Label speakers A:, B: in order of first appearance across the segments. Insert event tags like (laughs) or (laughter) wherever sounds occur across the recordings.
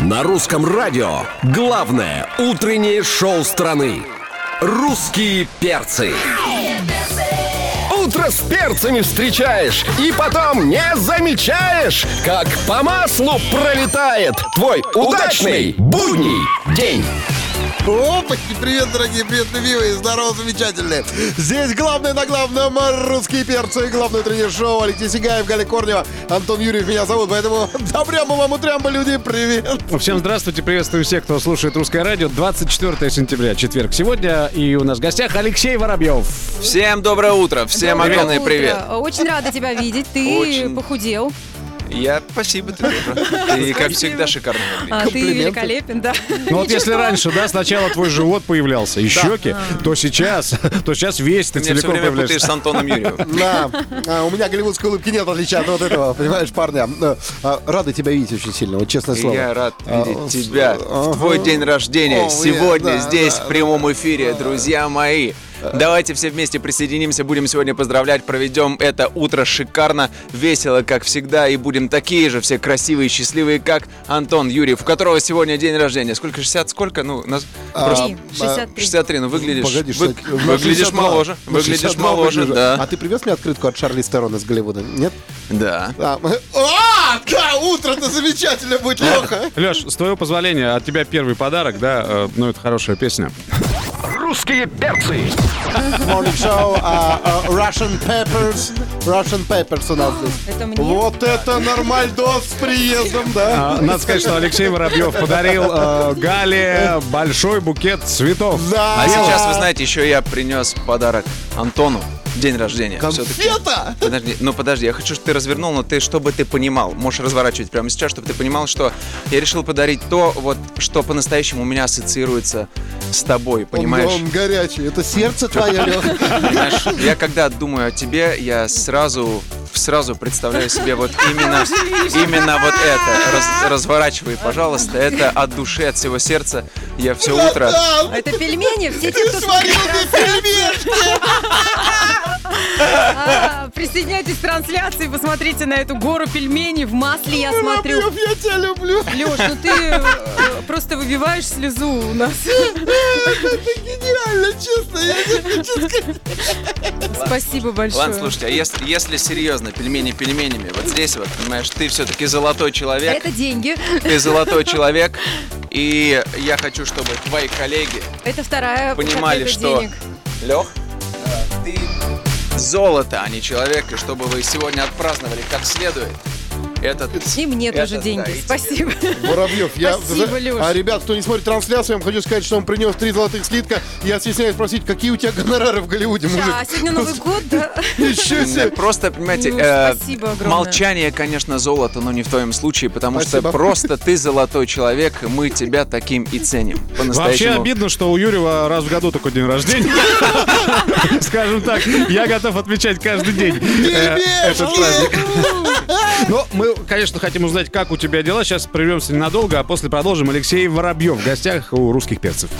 A: На русском радио главное утреннее шоу страны. Русские перцы. Утро с перцами встречаешь и потом не замечаешь, как по маслу пролетает твой удачный будний день.
B: Опачки, привет, дорогие, привет, любимые, здорово, замечательные. Здесь главное на главном русские перцы, главное тренер шоу Алексей Сигаев, Галя Корнева, Антон Юрьев меня зовут, поэтому (laughs) добрямо вам утрямбо, люди, привет.
C: Всем здравствуйте, приветствую всех, кто слушает Русское радио. 24 сентября, четверг сегодня, и у нас в гостях Алексей Воробьев.
D: Всем доброе утро, всем
E: Доброе
D: огромный
E: утро.
D: привет.
E: Очень рада тебя видеть. Ты
D: Очень.
E: похудел.
D: Я спасибо
E: (laughs)
D: тебе. И как всегда шикарно.
E: А, ты
B: Комплименты.
E: великолепен, да.
C: Ну вот если раньше, да, сначала твой живот появлялся и щеки, то сейчас, то сейчас весь ты
D: Ты меня все
C: целиком
D: время путаешь с
C: появляешься.
D: Антоном Юрьевым.
B: Да, а, у меня голливудской улыбки нет, в отличие от вот этого, понимаешь, парня. Э, а, Рада тебя видеть очень сильно, вот честное
D: И
B: слово.
D: Я рад
B: А,
D: видеть
B: с-
D: тебя в
B: ага.
D: твой день рождения
B: О,
D: сегодня
B: да,
D: здесь
B: да,
D: в прямом эфире, друзья мои. Давайте все вместе присоединимся, будем сегодня поздравлять, проведем это утро шикарно, весело, как всегда, и будем такие же все красивые и счастливые, как Антон Юрьев, у которого сегня день рождения. Сколько? 60? Сколько? Ну, нас просто
E: Три, 63.
D: 63, ну выглядишь.
B: А, Погоди,
D: вы-
B: 60, на
D: выглядишь
B: 62,
D: моложе.
B: на
D: Выглядишь
B: 62
D: моложе,
B: выгляжу.
D: да.
B: А ты привез мне открытку от Шарли Стерона из Голливуда? Нет?
D: Да.
B: А, а, да, утро-то замечательно будет, Леха.
C: Леш, с твоего позволения, от тебя первый подарок, да, э, ну это хорошая песня.
A: Русские перцы.
B: Morning show, а, а, Russian Peppers. Russian Peppers у нас здесь.
E: Это мне.
B: Вот это нормальдос с приездом, да?
C: А, Надо сказать, что Алексей Воробьев подарил э, Гале большой букет цветов.
B: Да.
D: А сейчас, вы знаете, еще я принес подарок Антону. День рождения. Всё-таки-
B: Конфета!
D: Подожди, ну подожди, я хочу, чтобы ты развернул, но ты, чтобы ты понимал, можешь разворачивать прямо сейчас, чтобы ты понимал, что я решил подарить то, вот, что по-настоящему у меня ассоциируется с тобой,
B: Он-
D: понимаешь?
B: Он, горячий. Это сердце твое,
D: (laughs)
B: Леха.
D: Знаешь, я когда думаю о тебе, я сразу сразу представляю себе вот именно, именно вот это. Раз- разворачивай, пожалуйста, это от души, от всего сердца. Я все утро...
B: Да,
E: Это пельмени. Все те,
B: ты
E: кто
B: сварил
E: смотрит
B: мне
E: трансляцию,
B: пельмени!
E: а, присоединяйтесь к трансляции, посмотрите на эту гору пельменей в масле, я смотрю.
B: Воробьев, Я тебя люблю.
E: Леш, ну ты э, просто выбиваешь слезу у нас.
B: Это гениально, честно. Я не хочу сказать.
E: Спасибо большое.
D: Ладно, слушайте, а если, если серьезно, пельмени пельменями, вот здесь вот, понимаешь, ты все-таки золотой человек,
E: Это деньги.
D: ты золотой человек, и я хочу, чтобы твои коллеги
E: Это вторая
D: понимали,
E: котлета
D: что...
E: денег.
D: Лех, ты золото, а не человек, и чтобы вы сегодня отпраздновали как следует этот...
E: И мне
D: этот,
E: тоже
D: да,
E: деньги.
D: и тебе.
E: Спасибо.
B: Воробьев, я...
E: Спасибо, Лёш.
B: А, ребят, кто не смотрит трансляцию, я вам хочу сказать, что он принес три золотых слитка. Я стесняюсь спросить, какие у тебя гонорары в Голливуде, мужик?
E: Да, А, сегодня Новый год, да?
B: Ничего
D: Да,
B: себе!
D: Просто, понимаете,
E: Ну,
D: э,
E: спасибо огромное.
D: молчание, конечно, золото, но не в твоем случае, потому
B: Спасибо.
D: что просто ты золотой человек, и мы тебя таким и ценим.
C: Вообще
D: По-настоящему.
C: обидно, что у Юрьева раз в году такой день рождения. (laughs) Скажем так, я готов отмечать каждый день э, этот праздник. Но мы, конечно, хотим узнать, как у тебя дела. Сейчас прервемся ненадолго, а после продолжим. Алексей Воробьев в гостях у русских перцев.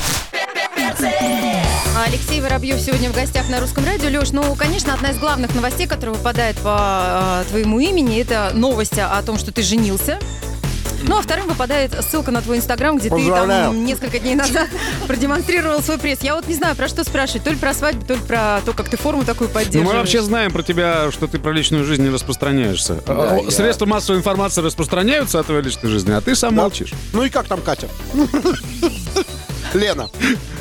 E: А Алексей Воробьев сегодня в гостях на русском радио. Леш, ну, конечно, одна из главных новостей, которая выпадает по э, твоему имени, это новость о том, что ты женился. Ну, а вторым выпадает ссылка на твой инстаграм, где ты
B: Поздравляю.
E: там несколько дней назад (laughs) продемонстрировал свой пресс. Я вот не знаю, про что спрашивать. То ли про свадьбу, то ли про то, как ты форму такую
C: Ну,
E: поддерживаешь.
C: мы вообще знаем про тебя, что ты про личную жизнь не распространяешься.
B: Да,
C: О,
B: я-
C: Средства массовой информации распространяются от твоей личной жизни, а ты сам молчишь.
B: Ну и как там Катя? Лена,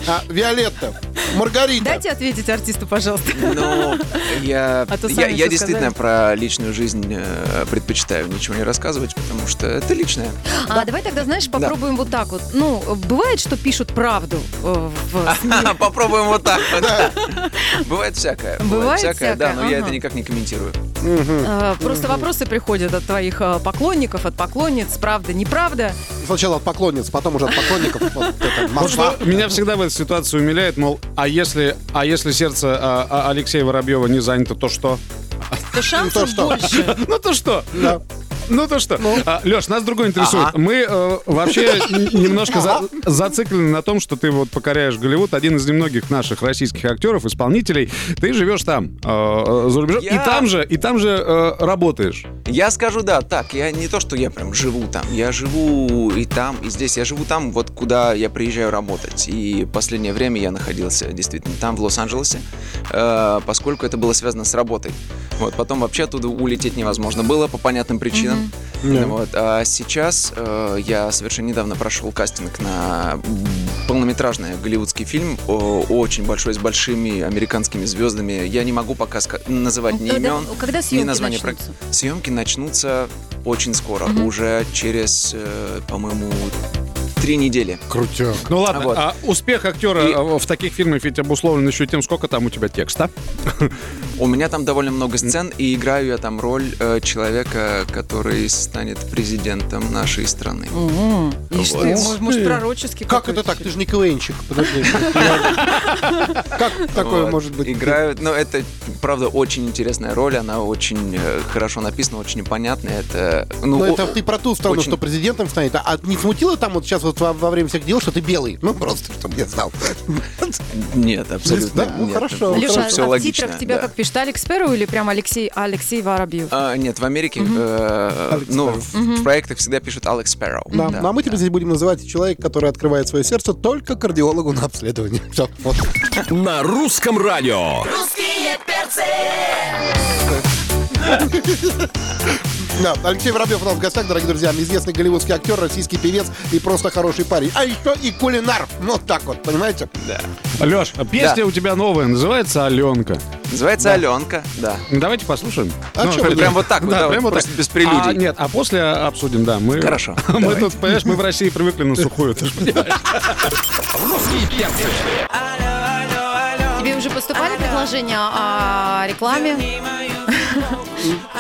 B: а, Виолетта, Маргарита.
E: Дайте ответить артисту, пожалуйста.
D: Ну, я,
E: А то
D: я,
E: сами
D: я
E: всё
D: действительно про личную жизнь э, предпочитаю ничего не рассказывать, потому что это личное.
E: А давай тогда, знаешь, попробуем вот так вот. Ну, бывает, что пишут правду э, в СМИ?
D: Попробуем вот так. вот. Бывает всякое.
E: Бывает
D: всякое, да,
E: всякое,
D: но я
E: ага.
D: это никак не комментирую.
E: Э, Просто вопросы приходят от твоих э, поклонников, от поклонниц, правда, неправда.
B: Сначала от поклонниц, потом уже от поклонников. Вот это,
C: Вот
B: Москва.
C: что меня всегда в этой ситуации умиляет, мол, а если, а если сердце а, а, Алексея Воробьева не занято, то что?
E: То шансов
B: что?
E: больше.
C: Ну то что?
B: Да.
C: Ну то что. А, Лёш, нас другой интересует. Мы э,
D: (laughs)
C: вообще н- немножко за- зациклены на том, что ты вот покоряешь Голливуд. Один из немногих наших российских актеров, исполнителей. Ты живешь там, э, э, за рубежом.
D: Я-
C: И там же, и там же э, работаешь.
D: Я скажу, да, так, я не то, что я прям живу там, я живу и там, и здесь, я живу там, вот куда я приезжаю работать. И последнее время я находился действительно там, в Лос-Анджелесе, э, поскольку это было связано с работой. Вот, потом вообще оттуда улететь невозможно было по понятным причинам. Вот, а сейчас э, я совершенно недавно прошел кастинг на полнометражный голливудский фильм, о- очень большой, с большими американскими звездами. Я не могу пока ска- называть ни
E: Когда-
D: имен,
E: когда
D: ни
E: съемки
D: названия проекта.
E: начнутся?
D: Съемки начнутся очень скоро, уже через, э, по-моему, три недели.
B: Крутяк.
C: Ну ладно,
D: Вот.
C: а успех актера
D: И-
C: э, в таких фильмах ведь обусловлен еще тем, сколько там у тебя текста.
D: У меня там довольно много сцен, и играю я там роль э, человека, который станет президентом нашей страны.
E: М, И что, может, может, пророческий
B: Ну, Как это так? Ты же не КВНчик. Подожди. Как такое
D: Вот.
B: может быть?
D: Играю, но это, правда, очень интересная роль, она очень э, хорошо написана, очень понятная. Это, ну,
B: Ну,
D: о-
B: это ты про ту страну,
D: очень-
B: что президентом станет. А не смутило там вот сейчас вот во, во время всех дел, что ты белый? Ну, просто, чтобы я знал.
D: Нет, абсолютно.
B: Да? Ну,
D: нет.
B: хорошо.
D: Всё-
E: Леша,
D: всё
E: а в
D: логично,
E: титрах тебя
D: да.
E: как пишет Алекс Перу или прям Алексей Алексей Воробьев?
D: А, нет, в Америке, э,
B: Алекс
D: ну,
B: Перроу.
D: в, в проектах всегда пишут Алекс Перроу.
B: Да.
D: Да.
B: Ну, а мы тебя здесь будем называть человек, который открывает свое сердце только кардиологу на обследование. Все, вот.
A: На русском радио.
B: Да, Алексей Воробьев у нас в гостях, дорогие друзья. Известный голливудский актер, российский певец и просто хороший парень. А еще и кулинар. Ну, вот так вот, понимаете?
C: Леш, песня у тебя новая, называется «Аленка».
D: Называется Аленка, да.
C: Давайте послушаем.
B: А чё вы
C: как бы-
D: прям вот так вот, да, вот
C: прям
D: просто без прелюдий.
C: А, нет, а после обсудим, да. Мы,
D: Хорошо,
C: (laughs) Мы тут, понимаешь, мы в России привыкли на сухую. ты ж понимаешь.
E: Тебе уже
D: А,
E: поступали предложения о рекламе?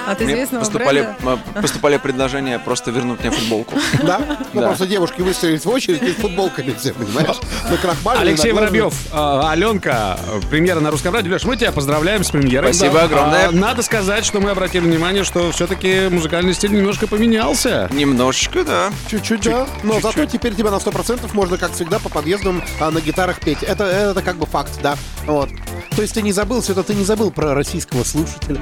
E: От
D: Мне
E: известного
D: поступали,
E: бренда?
D: э, поступали предложения просто вернуть мне футболку.
B: Да? Ну,
D: Да.
B: просто девушки выстроились в очередь и с футболками все, понимаешь? На крахмале.
C: Алексей
B: на глазу.
C: Воробьев, а, Аленка, э, премьера на русском радио. Леш, мы тебя поздравляем с премьерой.
D: Спасибо огромное.
C: А, Надо сказать, что мы обратили внимание, что все-таки музыкальный стиль немножко поменялся.
D: Немножечко, да.
B: Чуть-чуть, да. Но зато теперь тебя на 100% можно, как всегда, по подъездам а, на гитарах петь. Это, это как бы факт, да. Вот. То есть ты не забыл, все это ты не забыл про российского слушателя.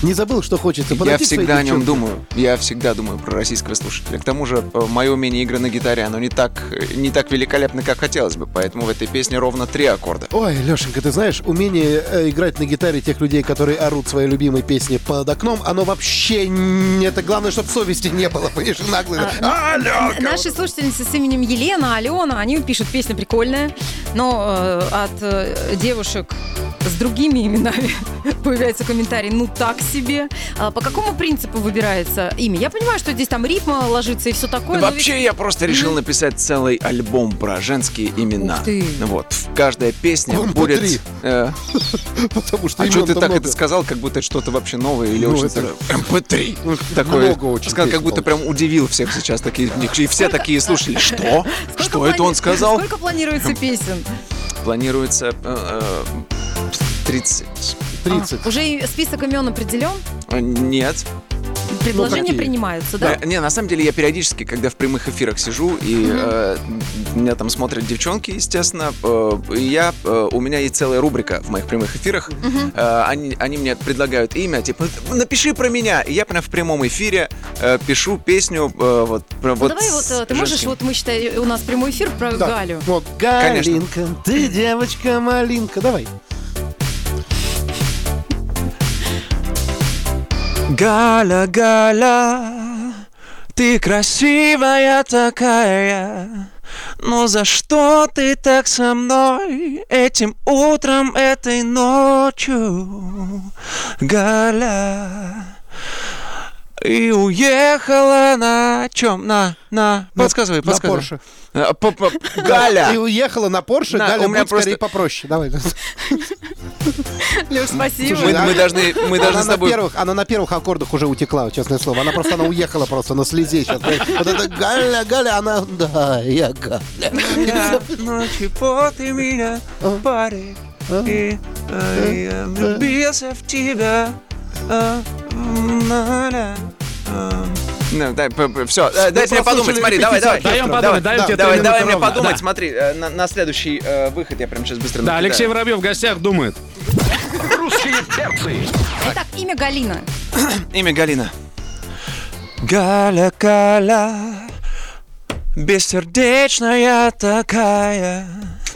B: Не забыл, что хочется
D: Я
B: подойти к своей
D: всегда о нем
B: девчонке.
D: думаю. Я всегда думаю про российского слушателя. К тому же, мое умение игры на гитаре, оно не так, э, не так великолепно, как хотелось бы. Поэтому в этой песне ровно три аккорда.
B: Ой, Лешенька, ты знаешь, умение э, играть на гитаре тех людей, которые орут свои любимые песни под окном, оно вообще не... Это главное, чтобы совести не было, понимаешь,
D: А,
B: А, наглые.
D: ну,
B: Алло!
E: Наши слушательницы с именем Елена, Алена, они пишут песня прикольная, но э, от э, девушек с другими именами (laughs) появляется комментарий, ну так себе. А по какому принципу выбирается имя? Я понимаю, что здесь там ритма ложится и все
D: Да
E: такое. но ну ведь-
D: Вообще, я просто решил написать целый альбом про женские имена.
E: Ух ты.
D: Вот. в Каждая песня
B: Он по три.
D: будет... э,
B: Потому что
D: А что
B: имен-то
D: ты так
B: много.
D: это сказал, как будто это что-то вообще новое или
B: Ну,
D: очень
B: это-
D: такое МП3. такое.
B: много очень
D: сказал, как
B: песен
D: будто прям удивил всех сейчас такие. И все такие слушали. Что?
E: Сколько
D: Что это
E: плани-
D: он сказал?
E: Сколько планируется песен?
D: Планируется э, э, 30.
B: 30.
E: А, уже и список имен определен?
D: Э, Нет.
E: Предложения
B: какие?
E: принимаются, да?
D: Э, Не, на самом деле я периодически, когда в прямых эфирах сижу, и э, меня там смотрят девчонки, естественно, э, и я, э, у меня есть целая рубрика в моих прямых эфирах. Э, они, они мне предлагают имя, типа, напиши про меня. И я прям в прямом эфире э, пишу песню. э, вот, про-
E: Ну,
D: вот
E: давай
D: с
E: вот э, ты
D: женским.
E: можешь, вот мы считаем, у нас прямой эфир про
B: Да,
E: Галю.
B: Вот,
D: А, Конечно.
B: Галинка, ты девочка малинка. Давай.
D: Галя, Галя, ты красивая такая, но за что ты так со мной этим утром, этой ночью, Галя? И уехала на чем? На, на, подсказывай,
B: На
D: подсказывай.
B: Порше.
D: А, по- по-
B: И
D: Галя!
B: уехала на Порше.
D: На,
B: Галя,
D: у меня
B: будь скорее попроще. Давай.
E: Леш, спасибо.
D: Мы, мы должны, мы должны
B: она,
D: с тобой
B: на первых, она на первых аккордах уже утекла, честное слово. Она просто она уехала просто на слезе сейчас. Вот это Галя, Галя, она... Да, я Галя.
D: Ночью ты меня пари И а, я А, влюбился в тебя Все, э, дайте мне подумать,
B: послушали
D: смотри, давай, давай.
B: репетицию
C: Даем
D: Давай,
C: подумать, даем тебе три
D: Давай,
C: минуты
D: давай мне
C: ровно.
D: подумать,
C: Да.
D: смотри, э, на на следующий э, выход я прям сейчас быстро
C: Да,
D: накидаю.
C: Алексей Воробьев в гостях думает.
A: Русские перцы.
E: Итак, имя Галина.
D: Имя Галина. Галя, Галя, бессердечная такая,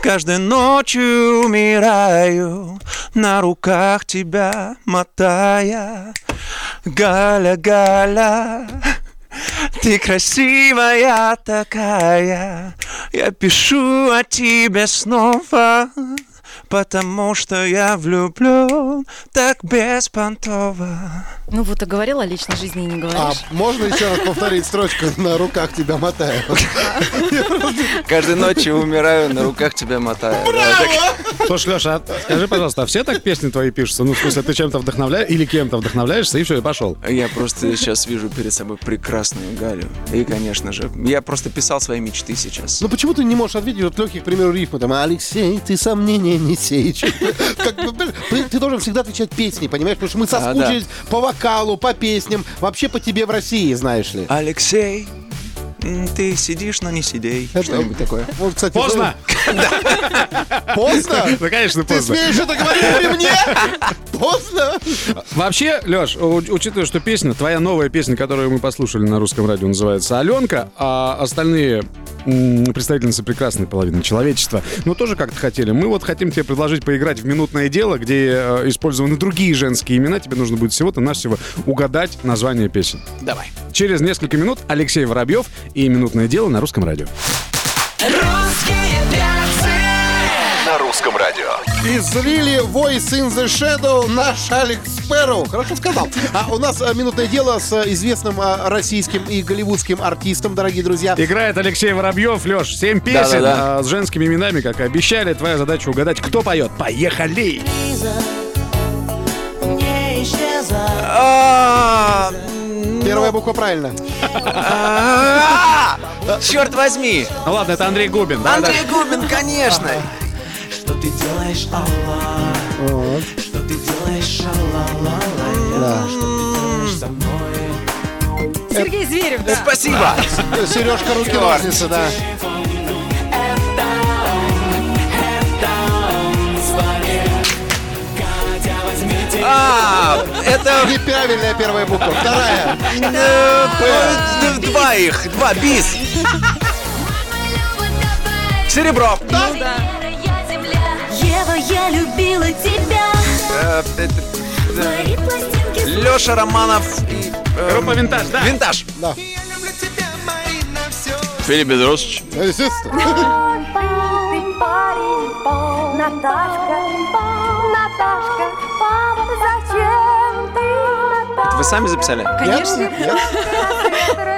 D: Каждой ночью умираю, на руках тебя мотая. Галя, Галя, ты красивая такая, Я пишу о тебе снова, Потому что я влюблен так беспонтово.
E: Ну вот и говорила о личной жизни и не
B: А
E: говоришь.
B: можно еще раз повторить строчку «На руках тебя мотаю»?
D: Каждой ночью умираю, на руках тебя мотаю.
C: Слушай, Леша, а скажи, пожалуйста, а все так песни твои пишутся? Ну, в смысле, ты чем-то вдохновляешь или кем-то вдохновляешься, и все, и пошел.
D: Я просто сейчас вижу перед собой прекрасную Галю. И, конечно же, я просто писал свои мечты сейчас.
B: Ну почему ты не можешь ответить вот легких, к примеру, рифма там «Алексей, ты сомнения не сей». (laughs) Как бы, блин, ты- Ты должен всегда отвечать песней, понимаешь? Потому что
C: А,
B: мы соскучились по вокалу, по песням, вообще по тебе в России, знаешь ли.
D: Алексей, м, ты сидишь, но не сидей.
B: Что-нибудь такое. Вот, кстати,
C: Поздно!
B: Поздно?
C: (laughs) Ну, конечно,
B: Ты
C: поздно.
B: смеешь это говорить при
C: (laughs)
B: мне? Поздно?
C: Вообще, Леш, учитывая, что песня, твоя новая песня, которую мы послушали на русском радио, называется «Аленка», а остальные м, представительницы прекрасной половины человечества, ну, тоже как-то хотели. Мы вот хотим тебе предложить поиграть в «Минутное дело», где э, использованы другие женские имена. Тебе нужно будет всего-то навсего угадать название песен.
D: Давай.
C: Через несколько минут Алексей Воробьев и «Минутное дело» на русском радио.
A: На русском радио.
B: Излили Voice in the Shadow наш Алекс Перроу. Хорошо сказал. А у нас э, минутное дело с э, известным э, российским и голливудским артистом, дорогие друзья.
C: Играет Алексей Воробьев, Леш, семь песен
D: Да-да-да.
C: а, с женскими именами, как и обещали. Твоя задача угадать, кто поет. Поехали!
B: Первая буква правильно.
D: Черт возьми!
C: Ну ладно, это Андрей Губин. да?
D: Андрей Губин, конечно!
F: Что ты делаешь, Алла? Что ты делаешь, Алла? Что ты делаешь со мной?
E: Сергей Зверев, да.
D: Спасибо!
B: Э, Сережка руки ножницы, да.
D: А, это
B: Неправильная первая буква. Вторая.
D: э, э, два их, два бис. Серебро.
E: Ну да.
G: Ева, я любила тебя.
D: Э, это
G: Твои пластинки с
D: Леша Романов и э,
C: Группа «Винтаж», да?
D: Винтаж.
B: Да.
D: Филипп Бедросович.
B: Естественно.
G: Парень, парень, пау. Наташка, пау, Наташка, пау, зачем ты, Наташка?
D: Вы сами записали?
B: Нет?
E: Конечно.
B: Нет?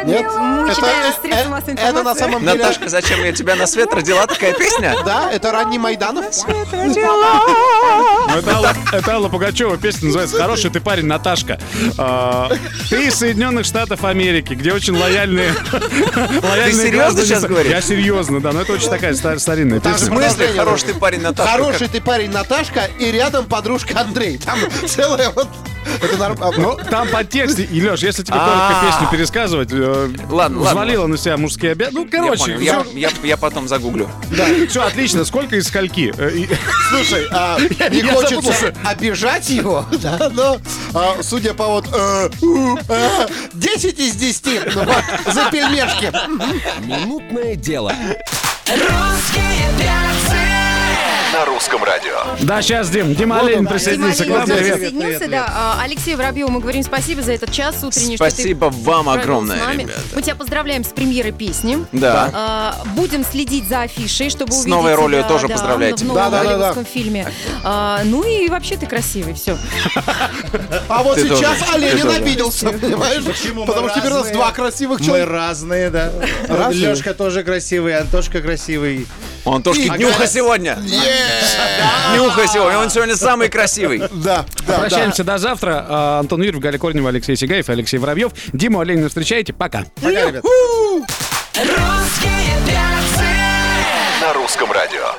B: Нет?
E: Мы
B: Это-
E: читаем средства
B: э,
E: массовой
B: э, Это на
E: информации.
B: самом деле...
D: Наташка, зачем я тебя на свет родила? Такая песня?
B: Да, это ранний Майданов.
D: (laughs)
C: Ну, это, Алла, это Алла Пугачева. Песня называется «Хороший ты парень, Наташка». А, ты из Соединенных Штатов Америки, где очень лояльные... (laughs) лояльные
D: серьезно
C: граждане-
D: сейчас говоришь?
C: Я серьезно, да. Но это очень такая стар- старинная
B: Там
D: В
C: песня.
B: мы-
D: смысле, хороший ты парень, Наташка?
B: Хороший ты парень, Наташка, и рядом подружка Андрей. Там (laughs) целая вот... Это а,
C: Ну,
B: нормально.
C: там по тексту. И, Леш, если тебе коротко
D: А.
C: песню пересказывать, э,
D: Ладно, ладно.
C: взвалила на себя мужские обязанности. Ну,
D: Я
C: короче,
D: понял, я, я, я потом загуглю.
C: все отлично. Сколько из скольки? Э, и-
B: Слушай,
D: (laughs)
B: а, не
C: я
B: хочется
C: запутался.
B: обижать его, (laughs) да, но а, судя по вот э, у, э, 10 из 10, ну вот, за пельмешки.
A: Минутное дело. На русском радио.
C: Да, сейчас, Дим. Дима Олень
E: Дима
C: присоединился к
E: Олег
C: нам.
B: Привет,
E: присоединился,
C: Привет.
E: да. А, Алексею Воробьеву мы говорим спасибо за этот час утренний. что ты
D: Спасибо вам
E: провел
D: огромное,
E: с нами.
D: ребята.
E: Мы тебя поздравляем с премьерой песни.
D: Да.
E: А, Будем следить за афишей, чтобы
D: С
E: увидеть
D: новой
E: тебя,
D: ролью тоже
E: да,
D: поздравляйте.
E: В новом
B: Да-да-да-да.
E: голливудском фильме. А, Ну и вообще ты красивый, все.
B: А вот
D: Ты
B: сейчас
D: тоже, ты
B: Оленин
D: тоже.
B: обиделся, понимаешь?
H: мы
B: Потому что теперь у нас
H: разные?
B: два красивых
H: Мы
B: человека.
H: разные, да.
B: Разные?
H: Лешка тоже красивый, Антошка красивый.
D: Он тоже
B: И-
D: днюха сегодня. Днюха сегодня. Он сегодня самый красивый.
B: Да, да, да.
C: Прощаемся до завтра. А, Антон Юрьев, Галя Корнева, Алексей Сигаев и Алексей Воробьев. Диму Оленина встречайте. Пока.
A: На русском радио.